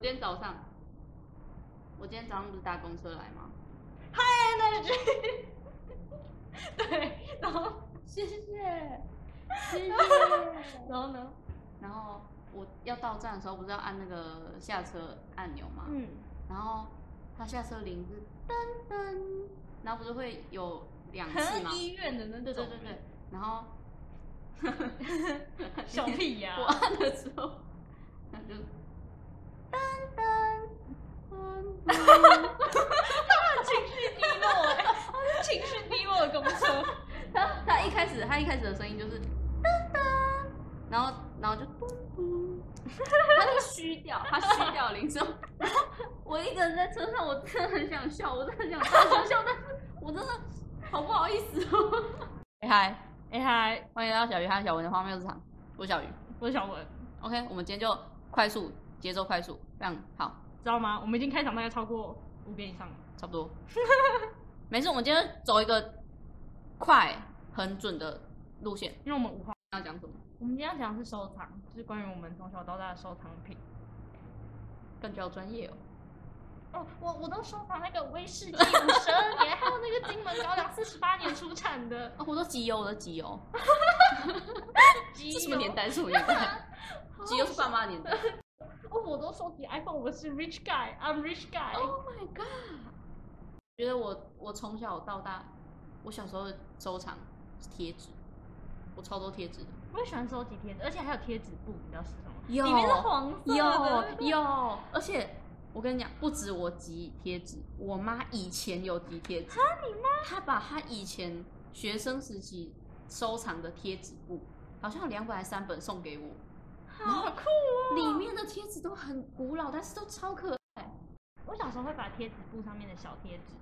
今天早上，我今天早上不是搭公车来吗？嗨，那就去。 对，然后谢谢，谢谢。然后呢？然后我要到站的时候，不是要按那个下车按钮吗？嗯，然后他下车铃是噔噔，然后不是会有两很次吗像？医院的那种。对对对对，然后小屁 呀我按的时候，那就噔噔噔噔，情绪低落哎、他是情绪低落的公车。他他一开始他一开始的声音就是噔噔，然后然后就咚咚，他就虚掉，他虚掉铃声。然后我一个人在车上，我真的很想笑，我真的很想大声笑，但是我真的好不好意思哦。哎嗨哎嗨，欢迎来到小鱼和小文的荒谬日常，我是小鱼。 我是小文， OK，我们今天就快速节奏快速，这样好，知道吗？我们已经开场大概超过五遍以上了。差不多。 没事，我们今天走一个快很准的路线。因为我们五号，要讲什么？我们今天要讲的是收藏，就是关于我们从小到大的收藏品。更加专业哦。哦，我我都收藏那个威士忌五十二年，还有那个金门高粱四十八年出产的啊、。我都集邮，我都集邮。啊这这什么年代？什么年 代？集邮是爸妈的年代。哦，我都收集 iPhone，我是 rich guy，I'm rich guy。 Oh my god！觉得我我从小到大，我小时候收藏是贴纸，我超多贴纸的。我也喜欢收集贴纸，而且还有贴纸布，你知道是什么吗？有里面是黄色的那个有有，而且我跟你讲，不止我集贴纸，我妈以前有集贴纸。啊，你妈？她把她以前学生时期收藏的贴纸簿，好像有两本还是三本送给我，好酷哦！里面的贴纸都很古老，但是都超可爱。我小时候会把贴纸布上面的小贴纸，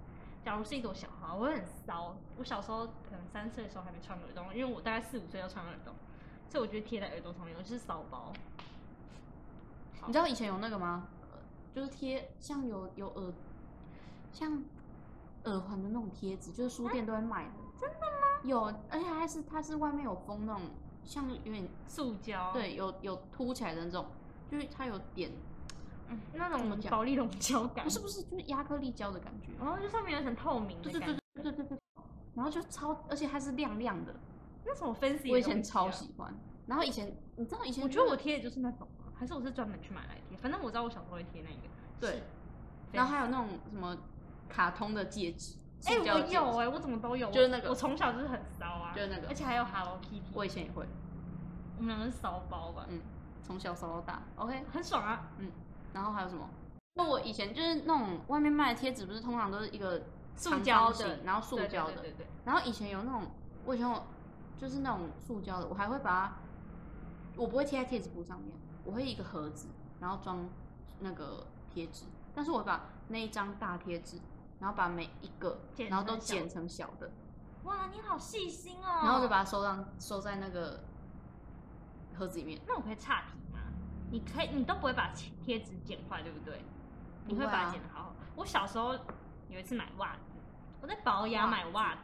假如是一朵小花，我会很骚。我小时候可能三岁的时候还没穿耳洞，因为我大概四五岁要穿耳洞，所以我就贴在耳朵上面，我就是骚包。你知道以前有那个吗？呃就是贴像有有耳像耳环的那种贴纸，就是啊书店都会卖的。真的吗？有，而且它是它是外面有封那种，像有点塑胶，，对，有有凸起来的那种，就是它有点，嗯，那怎么种讲保利龙胶感不，是不是，就是压克力胶的感觉。然后就上面有一层透明的对感对觉。对对对对对。然后就超，而且它是亮亮的，那什么 fancy？的我以前东西啊超喜欢。然后以前你知道以前我觉得我就是，贴的就是那种啊，还是我是专门去买来贴？反正我知道我小时候会贴那个。对是，然后还有那种什么卡通的戒指，哎、塑胶我的戒有指哎、我怎么都有，就是那个我从小就是很骚啊，就是那个而且还有 Hello Kitty，我以前也会，我们两个是骚包吧，嗯，从小烧到大，OK。很爽啊，然后还有什么？那我以前就是那种外面卖的贴纸，不是通常都是一个塑长胶方形的然哦后塑对胶的，对对对对然后以前有那种，我以前有就是那种塑胶的，我还会把它，我不会贴在贴纸布上面，我会一个盒子，然后装那个贴纸，但是我会把那一张大贴纸，然后把每一个，剪然后都成小的剪成小的，哇，你好细心哦，然后就，把它收上收在那个盒子里面。那我可以岔题吗？你可以，你都不会把贴贴纸剪坏，对不对？你不会啊会把它剪的好好。我小时候有一次买袜子，我在保雅买袜子，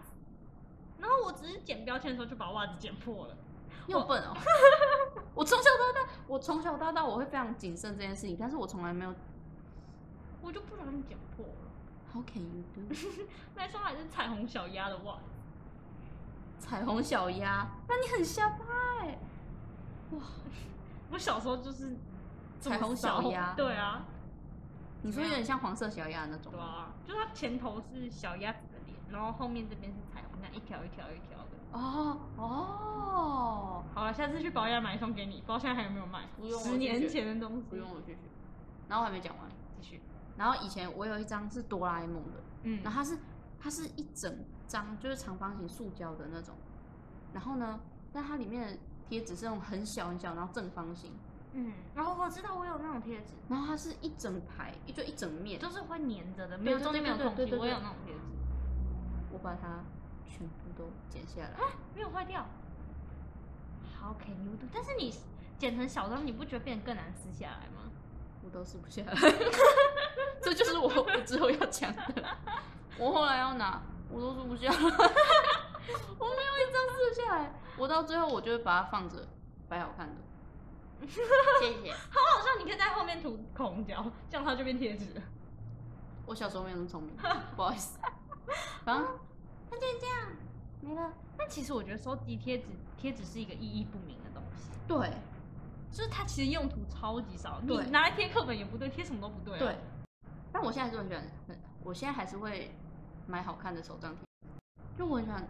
然后我只是剪标签的时候就把袜子剪破了。你好笨哦！ 我从小到大，我从小到大我会非常谨慎这件事情，但是我从来没有。我就不小心剪破了。 How can you do？ 那双还是彩虹小鸭的袜子，彩虹小鸭，那你很瞎吧？我小时候就是这么彩虹小骚鸭对啊，你说有点像黄色小鸭那种对吗。啊，就是它前头是小鸭子的脸，然后后面这边是彩虹，那一条一条一条的。哦哦，好了，下次去保养买一双给你，不知道现在还有没有卖。不用十我年拒绝前的东西。不用，我继续。然后我还没讲完，继续。然后以前我有一张是哆啦 A 梦的，嗯然，后它是它是一整张就是长方形塑胶的那种，然后呢，但它里面的贴纸是那种很小很小，然后正方形，嗯，然后我知道我有那种贴纸，然后它是一整排，一就一整面，就是会粘着的，对没有对中间没有对对空对隙。对我有对那种贴纸，我把它全部都剪下来。没有坏掉。好，Can you do？但是你剪成小张，你不觉得变得更难撕下来吗？我都撕不下来， 这就是我我之后要讲的。我后来要拿，我都撕不下来，我没有一张撕得下来。我到最后我就会把它放着，摆好看的。 谢谢。好好笑，你可以在后面涂口红胶，这样它就变贴纸了。我小时候没有那么聪明，不好意思。啊 反正啊那就这样没了。但其实我觉得收集贴纸，贴纸是一个意义不明的东西，对就是它其实用途超级少，你对拿来贴课本也不对，贴什么都不对、啊。对，，但我现在还是很喜欢，很我现在还是会买好看的手账贴，就我很喜欢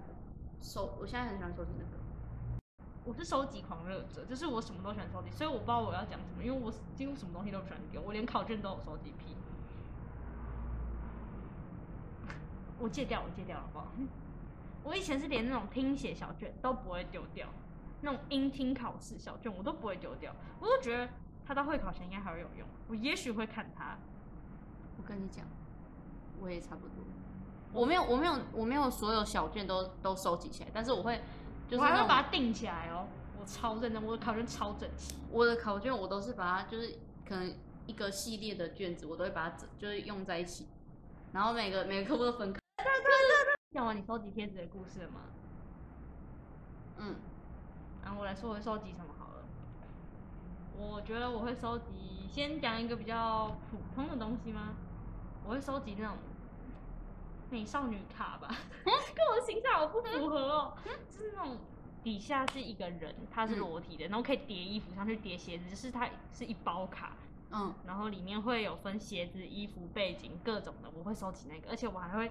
手，我现在很喜欢收集那个。我是收集狂热者，就是我什么都喜欢收集，所以我不知道我要讲什么，因为我几乎什么东西都喜欢丢，我连考卷都有收集癖。 我戒掉，我戒掉，好不好？ 我以前是连那种听写小卷都不会丢掉，那种音听考试小卷我都不会丢掉，我都觉得它到会考前应该还会有用，我也许会看它。我跟你讲，我也差不多。我没有，我没有，我没有所有小卷都都收集起来，但是我会，就是我还那会种把它定起来哦。我超认真，我的考卷超整齐。我的考卷我都是把它就是可能一个系列的卷子，我都会把它整就是用在一起，然后每个每个科目都分开。讲完你收集贴纸的故事了吗？嗯，然后我来说我会收集什么好了。我觉得我会收集，先讲一个比较普通的东西吗？我会收集那种美少女卡吧， 跟我的形象好不符合哦。 就是那种底下是一个人，他是嗯裸体的，然后可以叠衣服上去、叠鞋子，就是它是一包卡，嗯，然后里面会有分鞋子、衣服、背景各种的，我会收集那个，而且我还会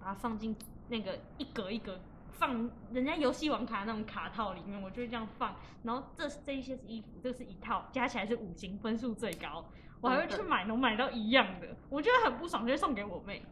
把它放进那个一格一格放人家游戏王卡那种卡套里面，我就会这样放。然后这这一些是衣服，这是一套，加起来是五星，分数最高。我还会去买，能买到一样的，我觉得很不爽，就会送给我妹。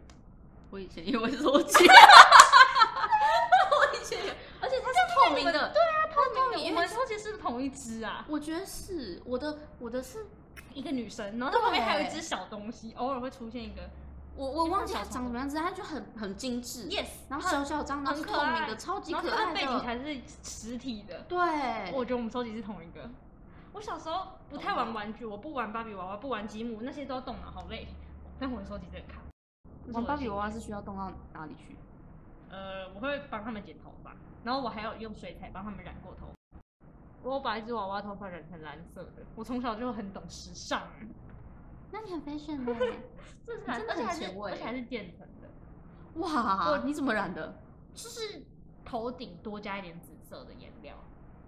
我以前也会收 集， 我以前也，而且它是透明对的，啊，透透明明的，因我为们收集是不是同一只啊？我觉得是我的我的是，一个女生，然后旁边还有一对只小东西，偶尔会出现一个我我忘记它小长什么样子，它就很很精致 yes，然后小小张，然后很是可透明爱的，超级然后可它的爱背景的，才是实体的。对，我觉得我们收集是同一个。我小时候不太玩玩具，我不玩芭比娃娃，不玩积木，那些都要动脑，好累。但我会收集这个卡。玩芭比娃娃是需要动到哪里去？呃，我会帮他们剪头发，然后我还有用水彩帮他们染过头发。我有把一只娃娃头发染成蓝色的，我从小就很懂时尚啊，那你很 fashion 呢？这是蓝蓝，而且还真的是很前卫而且还是渐层的，哇我，你怎么染的？就是头顶多加一点紫色的颜料，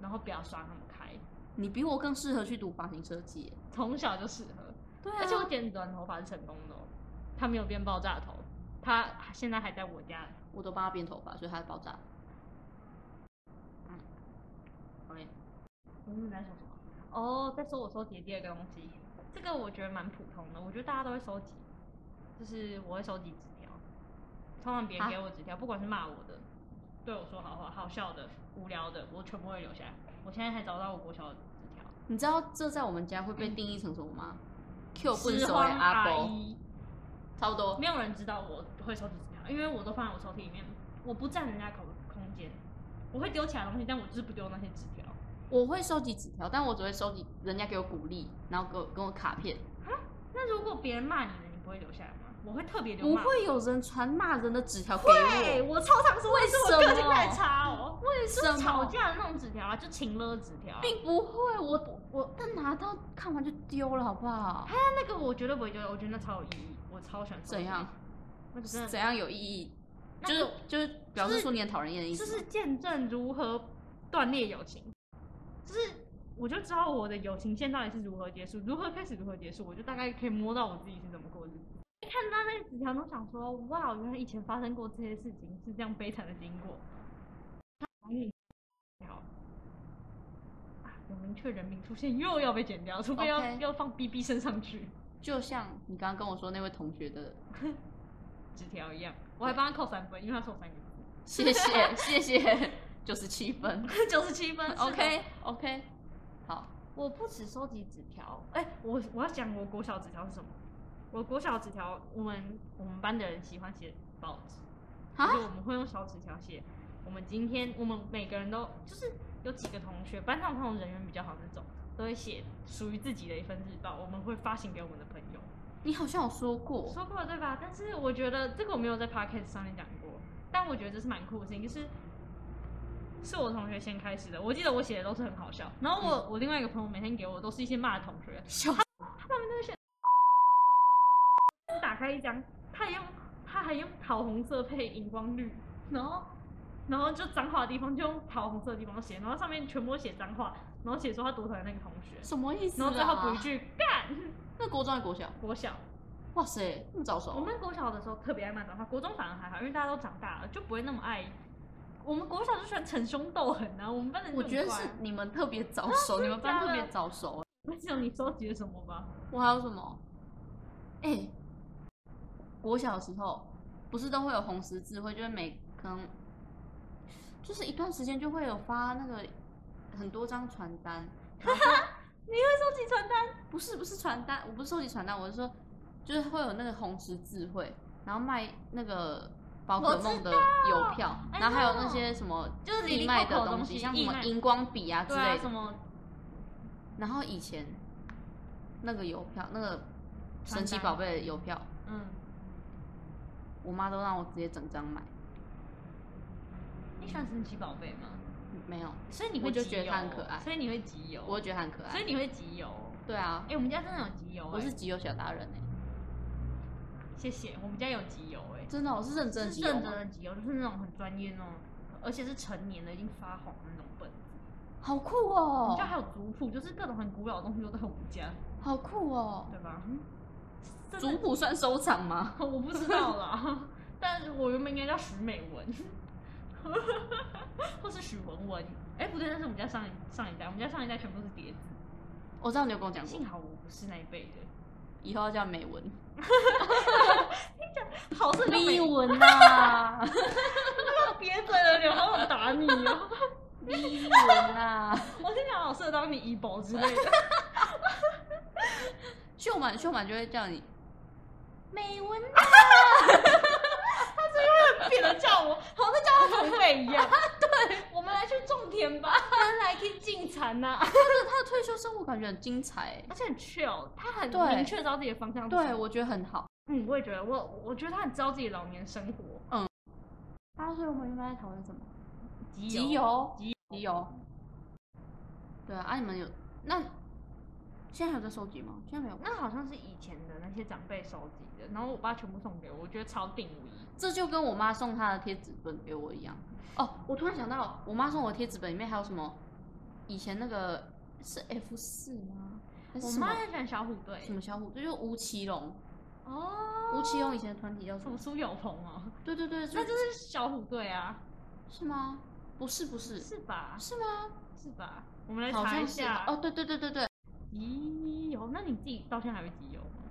然后不要刷那么开，你比我更适合去读发型设计耶。从小就适合。对而且我剪短头发是成功的、哦，它没有变爆炸头，它现在还在我家。我都帮他编头发，所以他爆炸。嗯，OK，我们在说什么？哦，在说我收集的第二个东西，这个我觉得蛮普通的，我觉得大家都会收集，就是我会收集纸条，通常别人啊给我纸条，不管是骂我的、对我说好话、好笑的、无聊的，我全部会留下来。我现在还找到我国小的纸条，你知道这在我们家会被定义成什么吗？Q 棍拾手荒的阿阿伯，姨。差不多。没有人知道我会收集纸条，因为我都放在我抽屉里面，我不占人家空空间。我会丢其他东西，但我就是不丢那些纸条。我会收集纸条，但我只会收集人家给我鼓励，然后给我跟我卡片。那如果别人骂你了，你不会留下来吗？我会特别留。不，会有人传骂人的纸条给对，我，我超常说，为是什我么个性太差哦。为就什是么？吵架的那种纸条啊，就情勒纸条啊。并不会，我我但拿到看完就丢了，好不好？但那个我绝对不会丢的，我觉得那超有意义，我超喜欢收集。怎样？那个真的怎样有意义？那就个是就是表示出你很讨人厌的意思就吗。是见证如何断裂友情，就是我就知道我的友情线到底是如何结束，如何开始，如何结束，我就大概可以摸到我自己是怎么过日子。看到那个纸条，都想说，哇，原来以前发生过这些事情是这样悲惨的经过。好，啊，有明确人名出现，又要被剪掉，除非要 OK 要放 B B 身上去就像你刚刚跟我说那位同学的，纸条一样。我还帮他扣三分，因为他扣三个字，谢谢 谢谢，九十七分 九十七分是的，OK OK，好，我不止收集纸条，哎、我我要讲我国小纸条是什么？我国小纸条，我们我们班的人喜欢写报纸，啊就是我们会用小纸条写。我们今天我们每个人都就是有几个同学，班上通常人缘比较好那种，都会写属于自己的一份日报，我们会发行给我们的朋友。你好像有说过，说过了对吧？但是我觉得这个我没有在 podcast 上面讲过，但我觉得这是蛮酷的事情，就是是我同学先开始的。我记得我写的都是很好笑，然后我、我另外一个朋友每天给我都是一些骂同学，嗯 笑他们都是打开一张，他也用他还用桃红色配荧光绿，然后然后就脏话的地方就用桃红色的地方写，然后上面全部都写脏话，然后写说他多讨厌那个同学，什么意思、啊？然后最后补一，句干 那国中还国小？国小。哇塞，那么早熟我们国小的时候特别爱骂脏话，国中反而还好，因为大家都长大了，就不会那么爱。我们国小就喜欢逞凶斗狠啊，我们班的人我就觉很得乖 是你们特别早熟，你们班特别早熟。我记得你收集了什么吧？我还有什么？哎、国小的时候不是都会有红十字会，就是每可能就是一段时间就会有发那个很多张传单， 你会收集传单？不是不是传单，我不是收集传单，我是说就是会有那个红十字会，然后卖那个宝可梦的邮票， I 然后还有 know 那些什么就是零义零卖扣的扣的东西，西像什义么卖荧光笔啊之对类啊，的。什么然后以前那个邮票，那个神奇传单宝贝的邮票，嗯，我妈都让我直接整张买，你喜欢神奇宝贝吗？没有，嗯所以你会我就集觉得邮它很可爱所以你会集邮，我会觉得它很可所以爱。你会集邮。对啊哎、，我们家真的有集邮、哎我是集邮小达人哎、谢谢，我们家有集邮哎、真的、哦我是认真的集是邮认真吗，的集邮，就是那种很专业那种，而且是成年的已经发黄的那种本子。好酷我们哦家，还有族谱，就是各种很古老的东西都在我们家，好酷哦。对吧？真的族谱算收藏吗？ 我不知道啦，但是我原本应该叫许美文，或是许文文。哎、不对，那是我们家上一上一代，我们家上一代全部都是叠字，我知道你有跟我讲过幸，好我不是那一辈的。以后要叫美文，好是你咪美文啊， 别嘴了，你好想打你哦！ 咪文啊，我心想，老师当你医保之类的。秀满秀满就会叫你美文 啊，变得叫我，好像在叫他同辈一样。 对，我们来去种田吧，人来去进产呐、他的退休生活感觉很精彩欸、而且很 chill，他很对明确知道自己的方向。对，我觉得很好。嗯，我也觉得，我我觉得他很知道自己老年生活。啊，所以我们原本在讨论什么？集集哦邮，集集邮。对啊，啊，你们有那现在还有在收集吗？现在没有，那好像是以前的那些长辈收集的，然后我爸全部送给我，我觉得超定无疑。这就跟我妈送她的贴纸本给我一样。哦，我突然想到，我妈送我的贴纸本里面还有什么？以前那个是 F 四吗？还是我什么妈很喜欢小虎队什么小虎？队？就是吴奇隆，哦，吴奇隆以前的团体叫什什么么？苏有朋哦，对对对，那就就是小虎队啊，是吗？不是不是，是吧？是吗？是吧？我们来好查一像是下。哦，对对对对对，集邮，那你自己到现在还会集邮吗？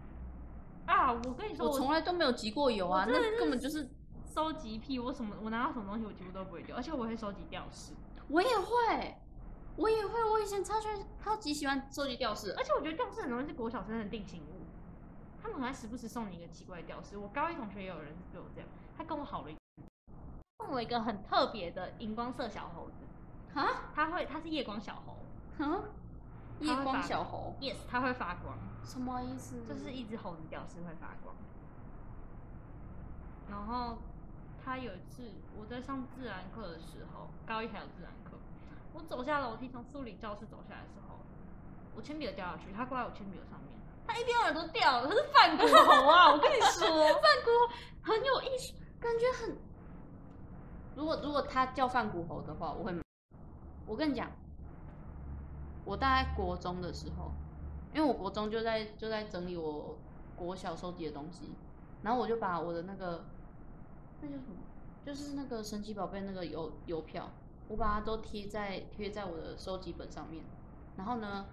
啊，我跟你说，我我从来都没有集过邮啊，我真的那根本就是收集癖，我什么我拿到什么东西我几乎都不会丢，而且我会收集吊饰，我也会，我也会。我以前超喜欢，超级喜欢收集吊饰。而且我觉得吊饰很容易是国小生的定型物，他们很爱时不时送你一个奇怪的吊饰。我高一同学也有人是对我这样，他跟我好了一，送我一个很特别的荧光色小猴子，啊？他会它是夜光小猴嗯？夜光小猴，yes，它会发光，什么意思？就是一只猴子吊饰会发光。然后他有一次我在上自然课的时候，高一还有自然课，我走下楼梯从数理教室走下来的时候，我铅笔有掉下去，它挂在我铅笔的上 面，它一边耳朵掉了，它是犯骨猴啊！我跟你说， 范谷很有艺术，感觉很。如果如果他叫范谷猴的话，我会买。我跟你讲，我大概国中的时候，因为我国中就在就在整理我国小收集的东西，然后我就把我的那个那叫什么，就是那个神奇宝贝那个邮邮票，我把它都贴在贴在我的收集本上面。然后呢，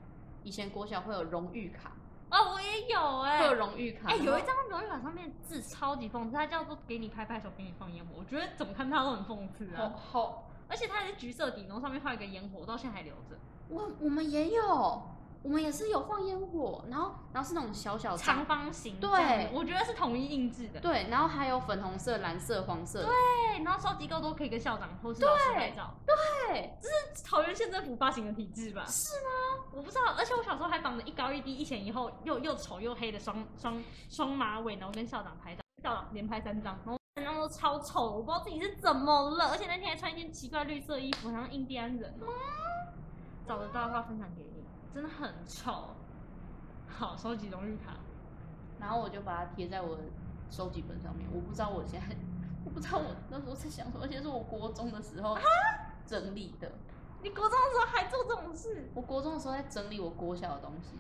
以前国小会有荣誉卡，啊，我也有哎、会有荣誉卡，哎、有然一后张荣誉卡上面字超级讽刺，它叫做“给你拍拍手，给你放烟火”。我觉得怎么看它都很讽刺好啊！好而且它还是橘色底，然后上面画一个烟火，我到现在还留着。我我们也有，我们也是有放烟火，然后然后是那种小小长张，方形，对这样子我觉得是统一印制的。对，然后还有粉红色、蓝色、黄色，对，然后收集够多可以跟校长或是老师拍照。对，这是桃园县政府发行的体制吧？是吗？我不知道，而且我小时候还绑着一高一低、一前一后又又丑又黑的双双双马尾，然后跟校长拍照，校长连拍三张，然后整张都超丑的，我不知道自己是怎么了。而且那天还穿一件奇怪绿色衣服，好像印第安人哦、找得到的话分享给你，真的很丑。好，收集荣誉卡。然后我就把它贴在我的收集本上面。我不知道我现在，我不知道我那时候在想什么，而且是我国中的时啊候整理的。你国中的时候还做这种事？我国中的时候在整理我国小的东西，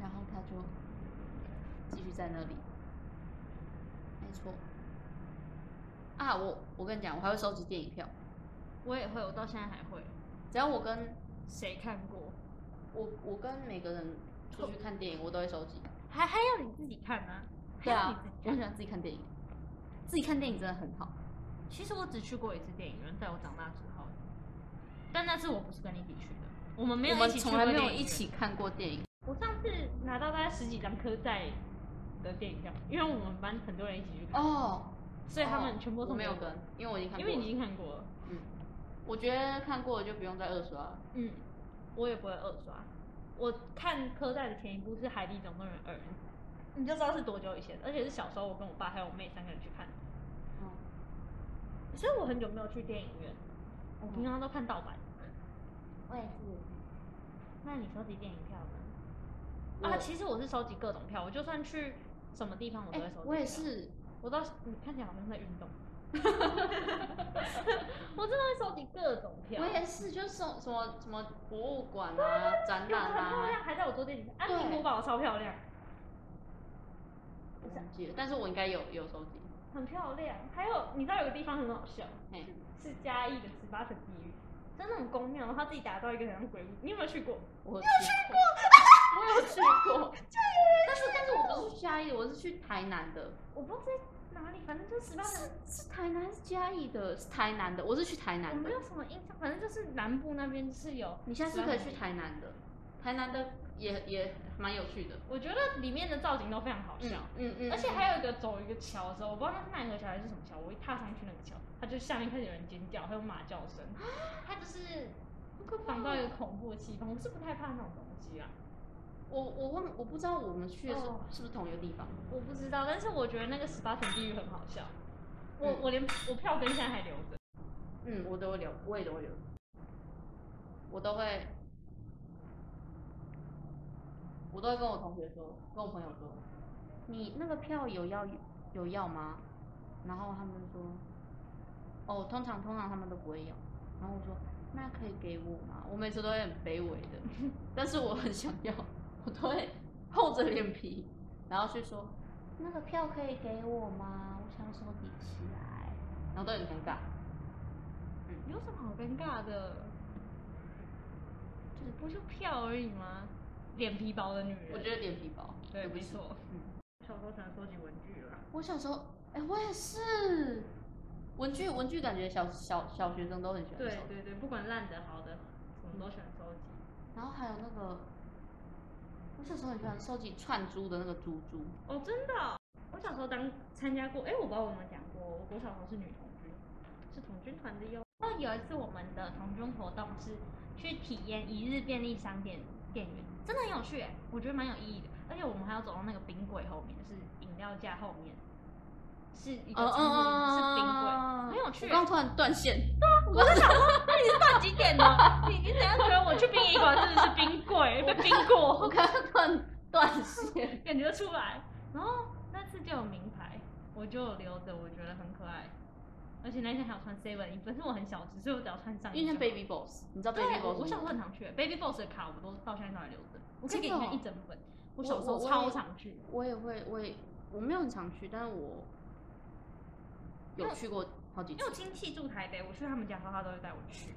然后他就继续在那里。没错。啊，我我跟你讲，我还会收集电影票，我也会，我到现在还会。只要我跟谁看过？我我跟每个人出去看电影，我都会收集。还还要你自己看吗、对还要你啊自己， 我很喜欢自己看电影，自己看电影真的很好。其实我只去过一次电影院，在我长大之后，但那次我不是跟你一起去的，我们没有我一们起去从过来没电有影一院起。看过电影。我上次拿到大概十几张科债的电影票，因为我们班很多人一起去看，哦，所以他们全部我都没有我跟，因为我已经看因过了。为你已经看过了。嗯，我觉得看过了就不用再二刷了。嗯，我也不会二刷。我看科债的前一部是《海底总动员二》，你就知道是多久以前，而且是小时候我跟我爸还有我妹三个人去看，哦嗯，所以我很久没有去电影院，嗯我平常都看盗版。我也是。那你收集电影票呢？我啊，其实我是收集各种票，我就算去什么地方我都会哎收集、，我也，是，我到你看起来好像在运 动。我真的会收集各种票，我也是，就是什么什么什么博物馆啊、展有的览 很漂亮，啊，还在我桌垫底下。安对平古堡超漂亮，我忘记了，但是我应该有有收集。很漂亮。还有你知道有个地方很好笑，嘿，是嘉义的十八层地狱，就那种宫庙，然后他自己打造一个很像鬼屋。你有没有去过？我有去过，我有去过，但是但是我不是去嘉义的，我是去台南的。我不知道在哪里，反正就是十八层。是台南还是嘉义的？是台南的，我是去台我南没的。有什么印象，反正就是南部那边是有。你下次可以去台。台南的，台南的也也蛮有趣的。我觉得里面的造景都非常好笑，嗯嗯而且有还有一个走一个桥的时候，我不知道那是奈何桥还是什么桥，我一踏上去那个桥，它就下面开始有人尖叫，还有马叫声，它啊就是仿到一个恐怖的气氛。我是不太怕那种东西啊，我我忘我不知道我们去的是、哦是不是同一个地方。我不知道，但是我觉得那个十八层地狱很好笑。我、嗯我连我票根现在还留着，嗯，我都会留，我也都会留，我都会，我都会跟我同学说，跟我朋友说，你那个票有要有要吗？然后他们就说，哦，通常通常他们都不会要。然后我说，那可以给我吗？我每次都会很卑微的，但是我很想要，我都会厚着脸皮，然后去说，那个票可以给我吗？我想收集起来，然后都很尴尬。有什么好尴尬的？就是不就票而已吗？脸皮薄的女人，我觉得脸皮薄，对，不没起。错。嗯小时候喜欢收集文具啊啦。我小时候，哎、我也是，文具文具感觉小小小学生都很喜欢对收，对对，不管烂的、好的，我们都喜欢收集。然后还有那个，我小时候很喜欢收集串珠的那个珠珠，哦，真的哦、我小时候当参加过，哎、我不知道我有没有讲过，我小时候是女童军，是童军团的哟。哦，有一次我们的童军活动是去体验一日便利商店店员，真的很有趣哎，我觉得蛮有意义的。而且我们还要走到那个冰柜后面，就是饮料架后面，是一哦个长桌椅是冰柜，很有趣我耶。刚突然断线，我在想说，那你是到几点呢？你你怎样觉得我去殡仪馆是不是 冰柜被冰过？我刚刚突然断线， 感觉得出来。然后那次就有名牌，我就有留着，我觉得很可爱。而且那天还有穿 seven 衣服，但是我很小只，所以我只要穿上因衣为像就好。 Baby Boss，你知道 Baby 对，我 Boss 我小吗时候很常去 Baby Boss 的卡，我都到现在都还留着。我可以给真你的看一哦整本。我我小时候我超也常去，我也会，我也我没有很常去，但是我有去过好几因为我次。亲戚住台北，我去他们家的时候，他都会带我去。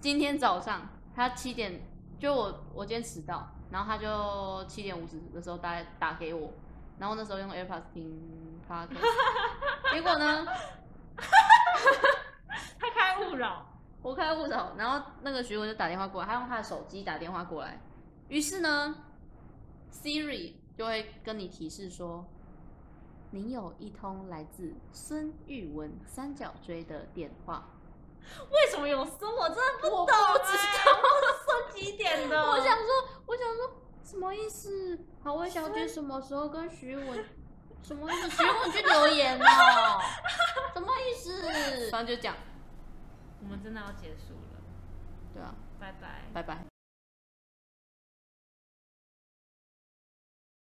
今天早上他七点，就我我今天迟到，然后他就七点五十的时候打打给我，然后那时候用 AirPods 听 podcast，结果呢，他开勿扰，我开误导，然后那个徐文就打电话过来，他用他的手机打电话过来，于是呢，Siri 就会跟你提示说，您有一通来自孙玉文三角锥的电话。为什么有孙？我真的不我懂、不欸，知道是孙几 点的？我想说，我想说什么意思？好味小姐什么时候跟徐文？什 么意思？谁让你去留言哦？什么意思？反正就这样，我们真的要结束了，对啊，拜拜。拜拜。